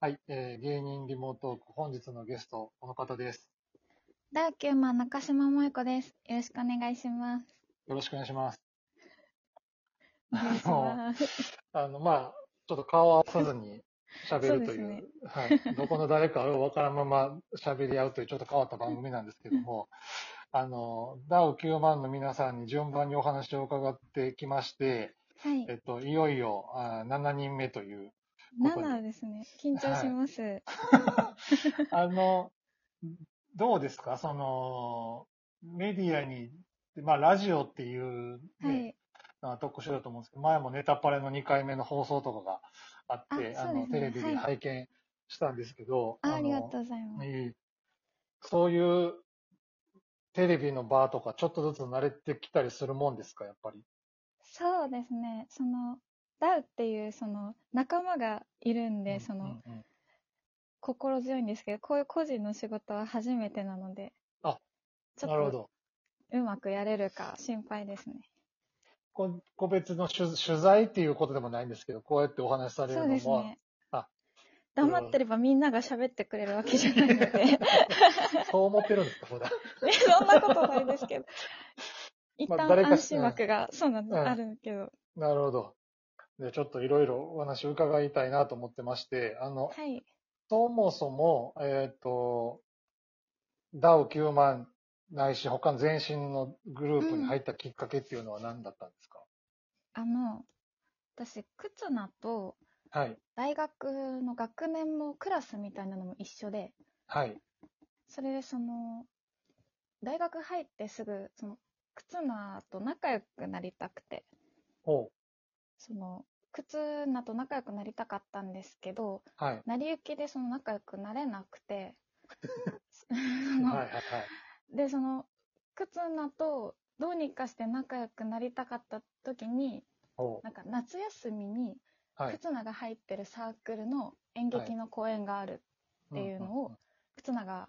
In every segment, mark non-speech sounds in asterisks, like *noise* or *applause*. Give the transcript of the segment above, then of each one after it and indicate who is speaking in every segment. Speaker 1: はい、えー芸人リモートーク、本日のゲスト、この方です。
Speaker 2: ダーキューマン中島萌子です。よろしくお願いします。
Speaker 1: よろしくお願いします。
Speaker 2: お願いします。
Speaker 1: あの、まあ、ちょっと顔を合わさず
Speaker 2: *laughs*
Speaker 1: に喋るとい
Speaker 2: そう
Speaker 1: う、
Speaker 2: ですね
Speaker 1: はい、どこの誰かをわからんまま喋り合うというちょっと変わった番組なんですけど
Speaker 2: *laughs*
Speaker 1: も、あの、ダウ9万の皆さんに順番にお話を伺ってきまして、
Speaker 2: はい
Speaker 1: え。っと、いよいよあー7人目という、ここに
Speaker 2: 7ですね。緊張します。
Speaker 1: あの、どうですかその、メディアに、まあ、ラジオっていう、
Speaker 2: はい。
Speaker 1: ねあ特集だと思うんですけど、前もネタパレの2回目の放送とかがあって、
Speaker 2: あ
Speaker 1: あ
Speaker 2: そうで
Speaker 1: の、
Speaker 2: す
Speaker 1: テ
Speaker 2: ね
Speaker 1: レビで
Speaker 2: は
Speaker 1: 拝見したんですけど、
Speaker 2: あ
Speaker 1: の
Speaker 2: ありがとうございます。
Speaker 1: いいそういうテレビのバーとか、ちょっとずつ慣れてきたりするもんですか、やっぱり。
Speaker 2: そうですね。その、ダウっていう、その、仲間がいるん
Speaker 1: うん
Speaker 2: で、そ
Speaker 1: うん
Speaker 2: の、
Speaker 1: うん
Speaker 2: 心強いんですけど、こういう個人の仕事は初めてなので、
Speaker 1: あ
Speaker 2: ち
Speaker 1: なる
Speaker 2: ょ
Speaker 1: ほ
Speaker 2: っと
Speaker 1: ど。
Speaker 2: うまくやれるか心配ですね。
Speaker 1: こ個別の取取材っていうことでもないんですけど、こうやってお話しされ
Speaker 2: そ
Speaker 1: る
Speaker 2: う
Speaker 1: の
Speaker 2: です
Speaker 1: も、
Speaker 2: ね
Speaker 1: あ。
Speaker 2: 黙ってればみんなが喋ってくれるわけじゃないので。
Speaker 1: そう思ってるんですか、普段。 *laughs*
Speaker 2: ね、 *laughs* そんなことないですけど。一
Speaker 1: まあ
Speaker 2: 旦
Speaker 1: 誰か
Speaker 2: 安心枠が、そうなんです、
Speaker 1: うん
Speaker 2: あるけど。
Speaker 1: なるほど。で、ちょっといろいろお話を伺いたいなと思ってまして、あの、
Speaker 2: はい。
Speaker 1: そもそも、えっ、と、ダウ9万ないし、他の前身のグループに入ったきっかけっていうのは何だったんですか、
Speaker 2: あの、私、忽那と
Speaker 1: はい。
Speaker 2: 大学の学年もクラスみたいなのも一緒で、
Speaker 1: はい。
Speaker 2: それでその、大学入ってすぐ、その、忽那と仲良くなりたくて、
Speaker 1: おう
Speaker 2: その、忽那と仲良くなりたかったんですけど、
Speaker 1: はい。
Speaker 2: 成り行きでその仲良くなれなく
Speaker 1: *laughs*
Speaker 2: て、そ
Speaker 1: はい
Speaker 2: の
Speaker 1: はいはい。
Speaker 2: でその忽那とどうにかして仲良くなりたかった時に
Speaker 1: おう
Speaker 2: なんか夏休みに
Speaker 1: はい。
Speaker 2: 忽那が入ってるサークルの演劇の公演がある、ていうのを
Speaker 1: んんん
Speaker 2: 忽那が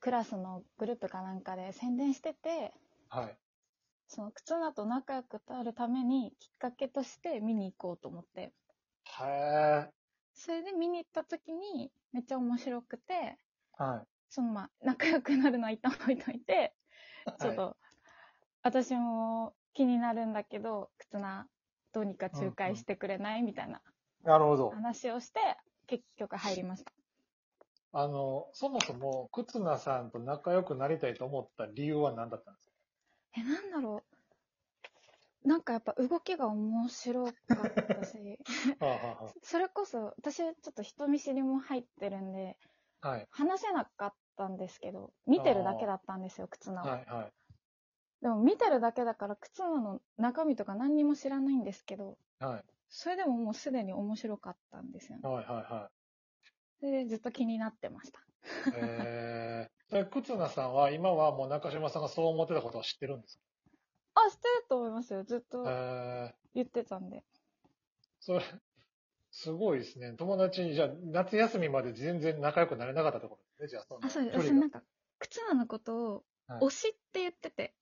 Speaker 2: クラスのグループかなんかで宣伝してて
Speaker 1: はい。
Speaker 2: その忽那と仲良くなるためにきっかけとして見に行こうと思って
Speaker 1: へ
Speaker 2: それで見に行った時にめっちゃ面白くて
Speaker 1: え。はい。
Speaker 2: そのまあ仲良くなるのは一旦置いといてちょっと、
Speaker 1: はい
Speaker 2: 私も気になるんだけど、忽那、どうにか仲介してくれない、みたいな
Speaker 1: なるほど。
Speaker 2: 話をして、結局入りました。
Speaker 1: あの、そもそも、忽那さんと仲良くなりたいと思った理由は何だったんです
Speaker 2: え、なんだろう。なんかやっぱ動きが面白かったし、 *laughs*
Speaker 1: かは
Speaker 2: それこそ私ちょっと人見知りも入ってるんで、
Speaker 1: あはあは
Speaker 2: 話せなかったんですけど、見てるだけだったんですよ、忽那
Speaker 1: あ
Speaker 2: は。
Speaker 1: はい。はいはい。
Speaker 2: でも見てるだけだから、忽那の中身とか何にも知らないんですけど、
Speaker 1: はい。
Speaker 2: それでももうすでに面白かったんですよね。
Speaker 1: はいはいはい。
Speaker 2: それでずっと気になってました。
Speaker 1: えー、それ、忽那さんは今はもう中島さんがそう思ってたことは知ってるんです
Speaker 2: あ、してると思いますよ。ずっ
Speaker 1: か、
Speaker 2: と
Speaker 1: えー、
Speaker 2: 言ってたんで。
Speaker 1: それ、すごいですね。友達に、じゃあ、夏休みまで全然仲良くなれなかったってことですね、じゃあ、その
Speaker 2: あ、そうで
Speaker 1: 距
Speaker 2: す。私
Speaker 1: 離
Speaker 2: な
Speaker 1: が
Speaker 2: んか、忽那のこと
Speaker 1: はい
Speaker 2: を推しって言ってて。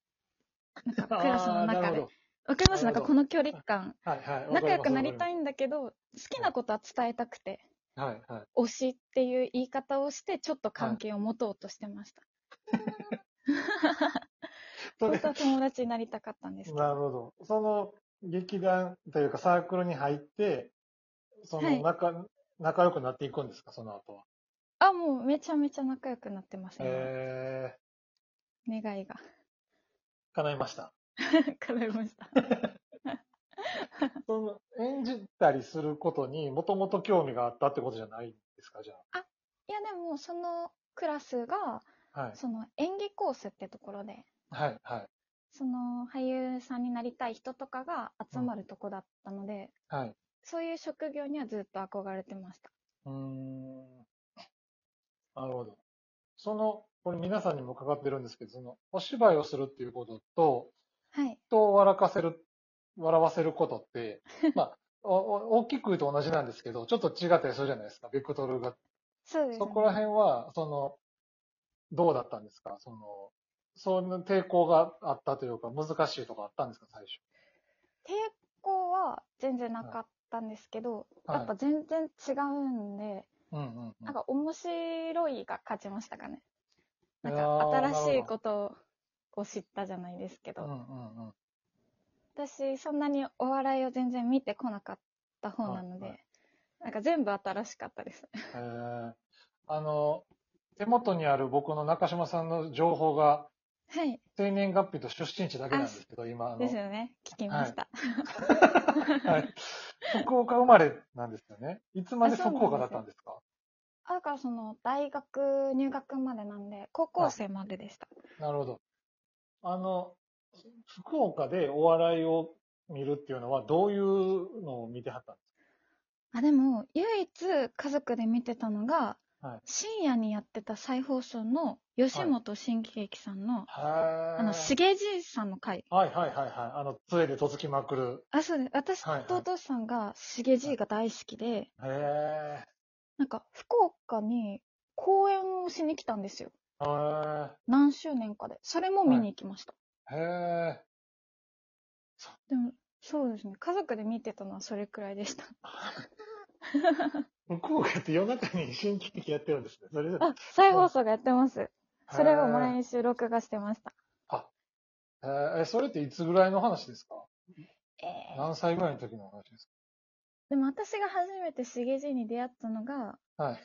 Speaker 1: *laughs*
Speaker 2: なんか、
Speaker 1: あー
Speaker 2: クラスの
Speaker 1: な
Speaker 2: 中
Speaker 1: る
Speaker 2: で
Speaker 1: ほ。
Speaker 2: わかります
Speaker 1: な
Speaker 2: な
Speaker 1: るほど
Speaker 2: んか、この距離感。
Speaker 1: ど。はいはい。
Speaker 2: 仲良くなりた
Speaker 1: い。
Speaker 2: いんだけど、好きなことは伝えたくて、
Speaker 1: はいはい。
Speaker 2: 推しっていう言い方をして、ちょっと関係を持とうとしてました。
Speaker 1: そ
Speaker 2: 本
Speaker 1: れ
Speaker 2: 当は友達になりたかったんですけど。
Speaker 1: なるほど。その、劇団というかサークルに入って、そ
Speaker 2: は
Speaker 1: の
Speaker 2: い
Speaker 1: 仲、仲良くなっていくんですか、その後は。
Speaker 2: あ、もうめちゃめちゃ仲良くなってますね。
Speaker 1: え
Speaker 2: 願いが *laughs*
Speaker 1: ー、叶いました。
Speaker 2: 叶い
Speaker 1: *laughs*
Speaker 2: ました。
Speaker 1: その、演じたりすることにもともと興味があったってことじゃないんですか、じゃ
Speaker 2: いや、でも、そのクラスが、
Speaker 1: あ。はい。
Speaker 2: その演技コースってところで、
Speaker 1: はい、はい。
Speaker 2: その俳優さんになりたい人とかが集まるとこだったので、
Speaker 1: はい。
Speaker 2: そういう職業にはずっと憧れてました。
Speaker 1: うーん。なるほど。その、これ皆さんにもかかってるんですけど、その、お芝居をするっていうことと、
Speaker 2: はい。
Speaker 1: 人を笑かせる、笑わせることって、
Speaker 2: *laughs*
Speaker 1: まあ、おお大きく言うと同じなんですけど、ちょっと違ったりするじゃないですか、ベクトルが。
Speaker 2: そうです、ね。
Speaker 1: そこら辺は、その、どうだったんですかその、そういう抵抗があったというか、難しいとかあったんですか、最初。
Speaker 2: 抵抗は全然なかったんですけど、
Speaker 1: はい
Speaker 2: やっぱ全然違うんで、
Speaker 1: うんうんうん
Speaker 2: なんか面白いが勝ちましたかね。なん
Speaker 1: あ
Speaker 2: か
Speaker 1: ー
Speaker 2: 新しい
Speaker 1: なるほ
Speaker 2: ことを知ったじゃないですけど、
Speaker 1: どうんうんうん
Speaker 2: 私そんなにお笑いを全然見てこなかった方なの
Speaker 1: は
Speaker 2: で、
Speaker 1: いは
Speaker 2: なんか全部新しかったです。
Speaker 1: えーあの、手元にある僕の中島さんの情報が、
Speaker 2: はい。
Speaker 1: 生年月日と出身地だけなんですけど、今あの
Speaker 2: です、よね。聞きました。
Speaker 1: はい。福岡生まれなんですよね。いつまで
Speaker 2: あそ
Speaker 1: 福岡
Speaker 2: うなんですよ
Speaker 1: だったんですか
Speaker 2: あだからその大学入学までなんで、高校生まででした。
Speaker 1: なるほど。あの、福岡でお笑いを見るっていうのは、どういうのを見てはったんで
Speaker 2: あ、でも、唯一家族で見てたのが、
Speaker 1: はい
Speaker 2: 深夜にやってた再放送の吉本新喜劇さんの、
Speaker 1: すかは
Speaker 2: あの、しげじいさんの回。
Speaker 1: はいはいはいはい。あの、杖でとつきまくる。
Speaker 2: あ、そうです。私
Speaker 1: はいはい
Speaker 2: とお父さんがしげじいが大好きで、
Speaker 1: へえ。
Speaker 2: なんか福岡に公演をしに来たんですよ。
Speaker 1: へー
Speaker 2: 何周年かで。それも見に行きました。
Speaker 1: へえ。
Speaker 2: でも、そうですね。家族で見てたのはそれくらいで
Speaker 1: *laughs*
Speaker 2: した。
Speaker 1: 福岡って夜中に新喜劇やってるんですね。それで
Speaker 2: あ、再放送がやってます。それ
Speaker 1: へ
Speaker 2: を
Speaker 1: ー
Speaker 2: 毎週録画してました。
Speaker 1: えーえ、それっていつぐらいの話ですか
Speaker 2: えー
Speaker 1: 何歳ぐらいの時の話です
Speaker 2: でも私が初めてしげじいに出会ったのが、
Speaker 1: かはい。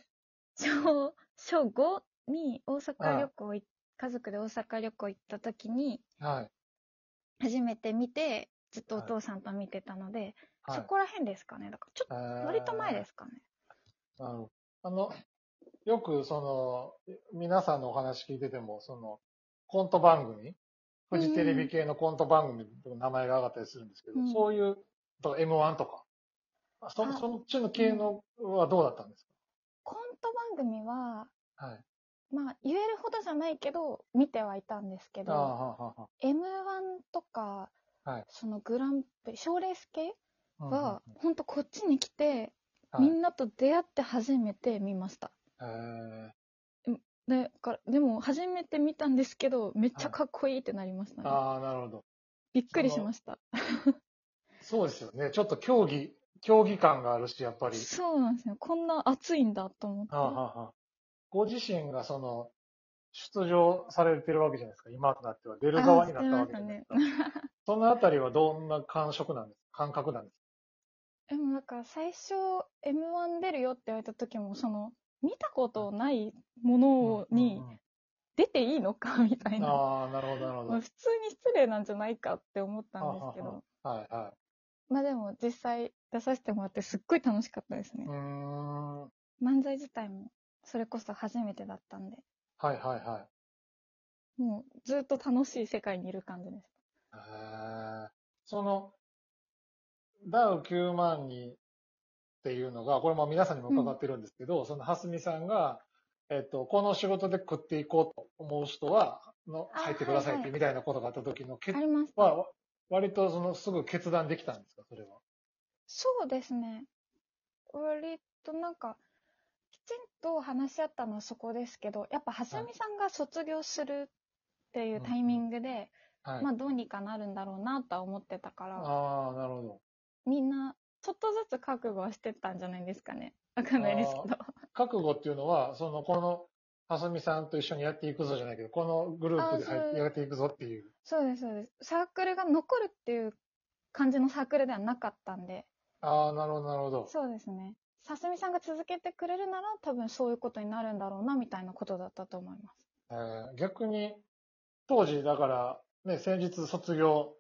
Speaker 2: 小、小5に大阪旅行い、家族で大阪旅行行った時に、
Speaker 1: はい。
Speaker 2: 初めて見て、ずっとお父さんと見てたので、
Speaker 1: はい。
Speaker 2: そこら辺ですかね。だからちょっと、割と前ですすかね。
Speaker 1: なるほどあの、よくその、皆さんのお話聞いてても、その、コント番組、フジテレビ系のコント番組の名前が上がったりするんですけど、
Speaker 2: うん
Speaker 1: そういう、と M1 とか、あそ
Speaker 2: あ
Speaker 1: そっちの系のはどうだったんです
Speaker 2: コント番組は、
Speaker 1: かはい。
Speaker 2: まあ、言えるほどじゃないけど、見てはいたんですけ
Speaker 1: ああ、
Speaker 2: ど、
Speaker 1: はあはあは
Speaker 2: M1 とか、
Speaker 1: はい
Speaker 2: そのグランプリ、賞レース系
Speaker 1: あうんうんうん
Speaker 2: が、ほんとこっちに来て、
Speaker 1: はい
Speaker 2: みんなと出会って初めて見ました。
Speaker 1: へー
Speaker 2: でだからでも、初めて見たんですけど、めっちゃかっこいいってなりましたね。
Speaker 1: ああ、なるほど。
Speaker 2: びっくりしました。
Speaker 1: そうですよね。ちょっと競技、競技感があるし、やっぱり。
Speaker 2: そうなんですよ。こんな熱いんだと思って。
Speaker 1: はあはあはあご自身がその、出場されてるわけじゃないですか。今となっては。出る側になったわけじゃないですか。そのあたりはどんな感触なんですか感覚なんです
Speaker 2: でもなんか最初 M1 出るよって言われた時もその見たことないも
Speaker 1: か
Speaker 2: の
Speaker 1: う
Speaker 2: に
Speaker 1: んうん
Speaker 2: 出ていいのかみたいな、
Speaker 1: ああ、なるほど、なるほど
Speaker 2: まあ。普通に失礼なんじゃないかって思ったんですけ
Speaker 1: はは
Speaker 2: ど
Speaker 1: はいは
Speaker 2: まあでも実際出させてもらってすっごい楽しかったです
Speaker 1: い。う
Speaker 2: ね
Speaker 1: ーん。はい
Speaker 2: 漫才自体もそれこそ初めてだったんで
Speaker 1: はいはい。
Speaker 2: もうずっと楽しい世界にいる感じです
Speaker 1: へーその、ダウ9万人っていうのが、これも皆さんにも伺ってるんですけど、その、蓮見さんが、えっと、この仕事で食っていこうと思う人は、の、
Speaker 2: あー
Speaker 1: 入ってくださいっ
Speaker 2: はいは
Speaker 1: て
Speaker 2: い
Speaker 1: みたいなことがあった時の、け
Speaker 2: ありました
Speaker 1: は、割とその、すぐ決断できたんですか、それは。
Speaker 2: そうですね割となんかきちんと話し合ったのはそこですけどやっぱ蓮見さんが卒業するっていうタイミングで、
Speaker 1: はい。
Speaker 2: まあどうにかなるんだろうなとは思ってたから、
Speaker 1: ああ、なるほど。
Speaker 2: みんなちょっとずつ覚悟はしてたんじゃないですかね。わかんないですけど。
Speaker 1: 覚悟っていうのは、その、この、蓮見さんと一緒にやっていくぞじゃないけど、このグループで
Speaker 2: あー
Speaker 1: 入っ
Speaker 2: そう
Speaker 1: やっていくぞっていう。
Speaker 2: そうです、そうです。サークルが残るっていう感じのサークルではなかったんで、
Speaker 1: ああ、なるほど、なるほど。
Speaker 2: そうですね。さすみさんが続けてくれるなら多分そういうことになるんだろうなみたいなことだったと思います。
Speaker 1: えー逆に、当時、だから、ね、先日卒業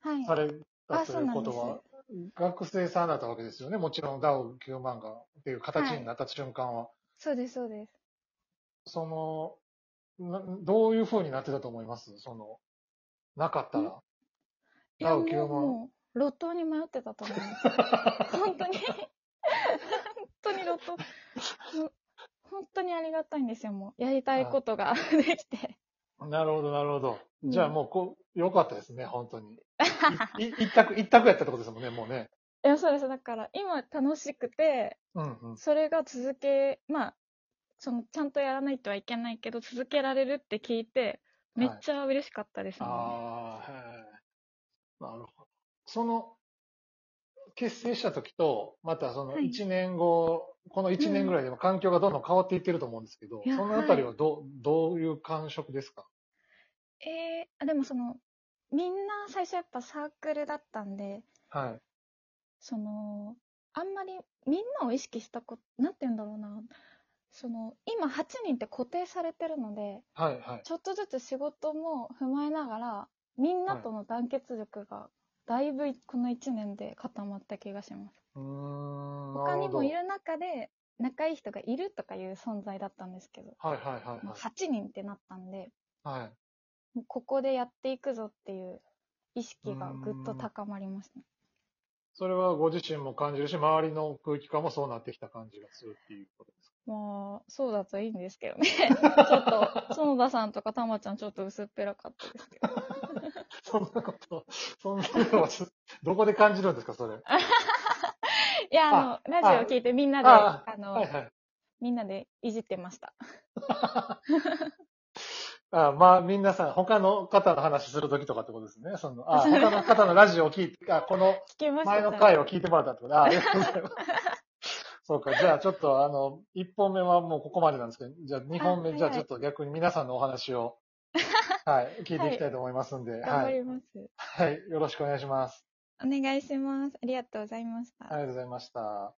Speaker 2: はい。
Speaker 1: された
Speaker 2: あ
Speaker 1: と
Speaker 2: そ
Speaker 1: いうう
Speaker 2: なん
Speaker 1: こ
Speaker 2: で
Speaker 1: と
Speaker 2: す
Speaker 1: は、学生さんだったわけですよね。もちろん、ダウ9万がっていう形になった瞬間は。
Speaker 2: そうです、そうです。
Speaker 1: そのな、どういう風になってたと思いますその、なかったら。
Speaker 2: いや、
Speaker 1: ダ
Speaker 2: も
Speaker 1: ウ
Speaker 2: う、
Speaker 1: 9万。
Speaker 2: もう路頭に迷ってたと思います。本当に *laughs* 本当に路頭もう本当にありがたいんですよもうやりたいことができて
Speaker 1: なるほど、なるほど。じゃあ
Speaker 2: うん
Speaker 1: もうこう、良かったですね、本当に。いい一択、一択やったってことですもんね、もうね。
Speaker 2: いやそうですだから今楽しくて
Speaker 1: うんうん。
Speaker 2: それが続けまあそのちゃんとやらないとはいけないけど続けられるって聞いてめっちゃ嬉しかったですね、
Speaker 1: ああ、へえ。なるほど。その、結成した時と、またその
Speaker 2: はい
Speaker 1: 1年後この1年ぐらいでも環境がどんどん変わっていってると思うんですけど、
Speaker 2: いや
Speaker 1: そのあたりはど,、どういう感触ですか
Speaker 2: えーあでもそのみんな最初やっぱサークルだったんで
Speaker 1: はい。
Speaker 2: そのあんまりみんなを意識したことなんて言うんだろうなその今8人って固定されてるので
Speaker 1: はい、はい。
Speaker 2: ちょっとずつ仕事も踏まえながらみんなとの団結力がだいぶこの1年で固まった気がします。
Speaker 1: うーん、な
Speaker 2: 他
Speaker 1: る
Speaker 2: に
Speaker 1: ほど。
Speaker 2: も
Speaker 1: はいい、
Speaker 2: る中で仲いい人がいるとかいう存在だったんですけど、
Speaker 1: はい、はい
Speaker 2: まあ8人ってなったんで
Speaker 1: はい。はい。
Speaker 2: もうここでやっていくぞっていう意識がぐっと高まりましたね。
Speaker 1: それはご自身も感じるし、周りの空気感もそうなってきた感じがするっていうことです
Speaker 2: まあ、そうだといいんですけど
Speaker 1: *laughs*
Speaker 2: ね。ちょっと、園田さんとかたまちゃんちょっと薄っぺらかったですけ
Speaker 1: *laughs*
Speaker 2: ど。
Speaker 1: か。 *laughs* そんなこと、そんなことは、どこで感じるんですか、それ。はい
Speaker 2: や、あの、ラジオ聞いてみんなで、あ
Speaker 1: あ
Speaker 2: の、
Speaker 1: いはい。
Speaker 2: みんなでいじってました。
Speaker 1: あまあ、みんなさん、他の方の話するときとかってことですね。その、あ
Speaker 2: *laughs*
Speaker 1: 他の方のラジオを聞いて、あこの
Speaker 2: 聞けました
Speaker 1: 前の回を聞いてもらったってことあありがとうございます。そうか、じゃあちょっとあの、1本目はもうここまでなんですけど、じゃあ2本
Speaker 2: あ
Speaker 1: 目、
Speaker 2: はい
Speaker 1: じゃあちょっと逆に皆さんのお話を、はい、聞いていきたいと思いますんで、
Speaker 2: 頑
Speaker 1: は
Speaker 2: 張
Speaker 1: い。
Speaker 2: ります、
Speaker 1: はい、よろしくお願いします。
Speaker 2: お願いします。ありがとうございました。
Speaker 1: ありがとうございました。